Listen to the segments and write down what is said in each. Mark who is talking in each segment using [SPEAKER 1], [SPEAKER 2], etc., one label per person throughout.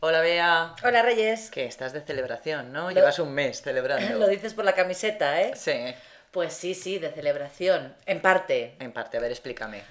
[SPEAKER 1] Andrea,
[SPEAKER 2] Hola Reyes.
[SPEAKER 1] que estás de celebración, ¿no? Llevas un mes
[SPEAKER 2] Lo
[SPEAKER 1] celebrando.
[SPEAKER 2] dices por la camiseta, ¿eh?
[SPEAKER 1] Sí,
[SPEAKER 2] Pues sí, sí, de celebración. En parte.
[SPEAKER 1] en parte. A ver, explícame.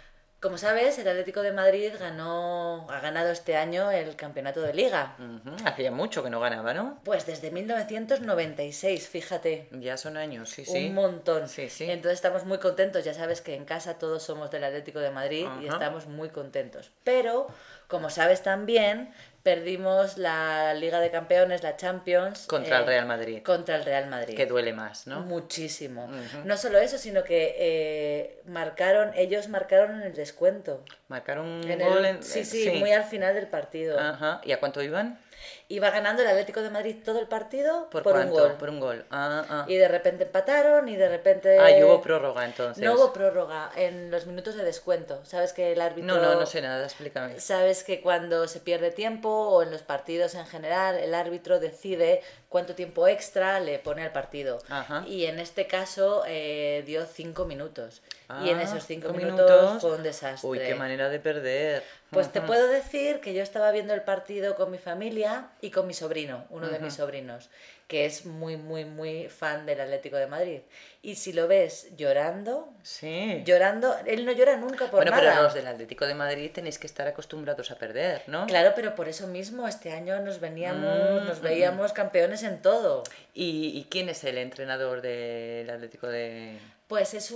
[SPEAKER 2] Como sabes, el Atlético de Madrid ganó, ha ganado este año el campeonato de liga.
[SPEAKER 1] Ujú, Hacía mucho que no ganaba, ¿no?
[SPEAKER 2] Pues desde 1996, fíjate.
[SPEAKER 1] Ya son años, sí, sí.
[SPEAKER 2] Un montón.
[SPEAKER 1] Sí, sí.
[SPEAKER 2] Entonces estamos muy contentos. Ya sabes que en casa todos somos del Atlético de Madrid y
[SPEAKER 1] Ajá.
[SPEAKER 2] estamos muy contentos. Pero, como sabes también, perdimos la Liga de Campeones, la Champions. eh,
[SPEAKER 1] Contra el Real Madrid.
[SPEAKER 2] Contra el Real Madrid.
[SPEAKER 1] Que duele más, ¿no?
[SPEAKER 2] Muchísimo.
[SPEAKER 1] Ujú.
[SPEAKER 2] No solo eso, sino que eh, marcaron, ellos marcaron en el descuento.
[SPEAKER 1] Marcar un
[SPEAKER 2] En
[SPEAKER 1] gol
[SPEAKER 2] el-
[SPEAKER 1] en... eh, Ah.
[SPEAKER 2] sí, sí, muy al final del partido.
[SPEAKER 1] Ajá. ¿Y a cuánto iban?
[SPEAKER 2] Iba ganando el Atlético de Madrid todo el partido por,
[SPEAKER 1] ¿Por, cuánto?
[SPEAKER 2] un gol.
[SPEAKER 1] Por un gol. Ah, ah.
[SPEAKER 2] Y de repente empataron y de repente...
[SPEAKER 1] Ah, y hubo prórroga entonces.
[SPEAKER 2] No hubo prórroga en los minutos de descuento. Sabes que el árbitro...
[SPEAKER 1] no, no, no sé nada, explícame.
[SPEAKER 2] Sabes que cuando se pierde tiempo o en los partidos en general, el árbitro decide cuánto tiempo extra le pone al partido.
[SPEAKER 1] Ajá.
[SPEAKER 2] Y en este caso eh, dio cinco minutos. y en
[SPEAKER 1] Ah,
[SPEAKER 2] esos cinco,
[SPEAKER 1] cinco
[SPEAKER 2] minutos,
[SPEAKER 1] minutos.
[SPEAKER 2] fue un desastre.
[SPEAKER 1] Uy, qué manera de perder.
[SPEAKER 2] Pues te
[SPEAKER 1] Ujú.
[SPEAKER 2] puedo decir que yo estaba viendo el partido con mi familia y con mi sobrino, uno de mis sobrinos, que es muy, muy, muy fan del Atlético de Madrid. Y si lo ves llorando,
[SPEAKER 1] Sí.
[SPEAKER 2] llorando, él no llora nunca por
[SPEAKER 1] bueno,
[SPEAKER 2] nada.
[SPEAKER 1] pero los del Atlético de Madrid tenéis que estar acostumbrados a perder, ¿no?
[SPEAKER 2] Claro, pero por eso mismo este año nos veníamos,
[SPEAKER 1] Mm,
[SPEAKER 2] nos
[SPEAKER 1] mm,
[SPEAKER 2] veíamos campeones en todo.
[SPEAKER 1] ¿Y, y quién es el entrenador del Atlético de...?
[SPEAKER 2] Pues es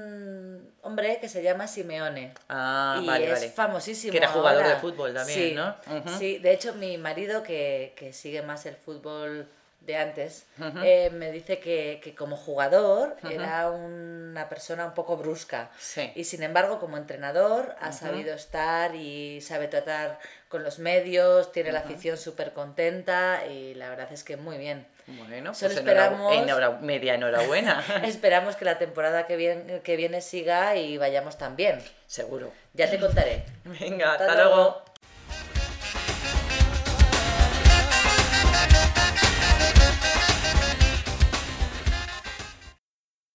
[SPEAKER 2] un hombre que se llama Simeone.
[SPEAKER 1] Ah,
[SPEAKER 2] y
[SPEAKER 1] vale,
[SPEAKER 2] es
[SPEAKER 1] vale.
[SPEAKER 2] famosísimo.
[SPEAKER 1] Que era jugador
[SPEAKER 2] ahora.
[SPEAKER 1] de fútbol también,
[SPEAKER 2] Sí,
[SPEAKER 1] ¿no? Ujú.
[SPEAKER 2] Sí, de hecho, mi marido, que, que sigue más el fútbol de antes,
[SPEAKER 1] Ujú.
[SPEAKER 2] eh, me dice que, que como jugador era una persona un poco brusca.
[SPEAKER 1] Sí.
[SPEAKER 2] Y sin embargo, como entrenador, ha sabido estar y sabe tratar con los medios, tiene la afición súper contenta y la verdad es que muy bien.
[SPEAKER 1] Bueno,
[SPEAKER 2] Solo
[SPEAKER 1] pues enhorabu-
[SPEAKER 2] esperamos-
[SPEAKER 1] enhora- media enhorabuena.
[SPEAKER 2] Esperamos que la temporada que viene, que viene siga y vayamos también.
[SPEAKER 1] Seguro.
[SPEAKER 2] Ya te contaré.
[SPEAKER 1] Venga,
[SPEAKER 2] Hasta
[SPEAKER 1] hasta luego.
[SPEAKER 2] luego.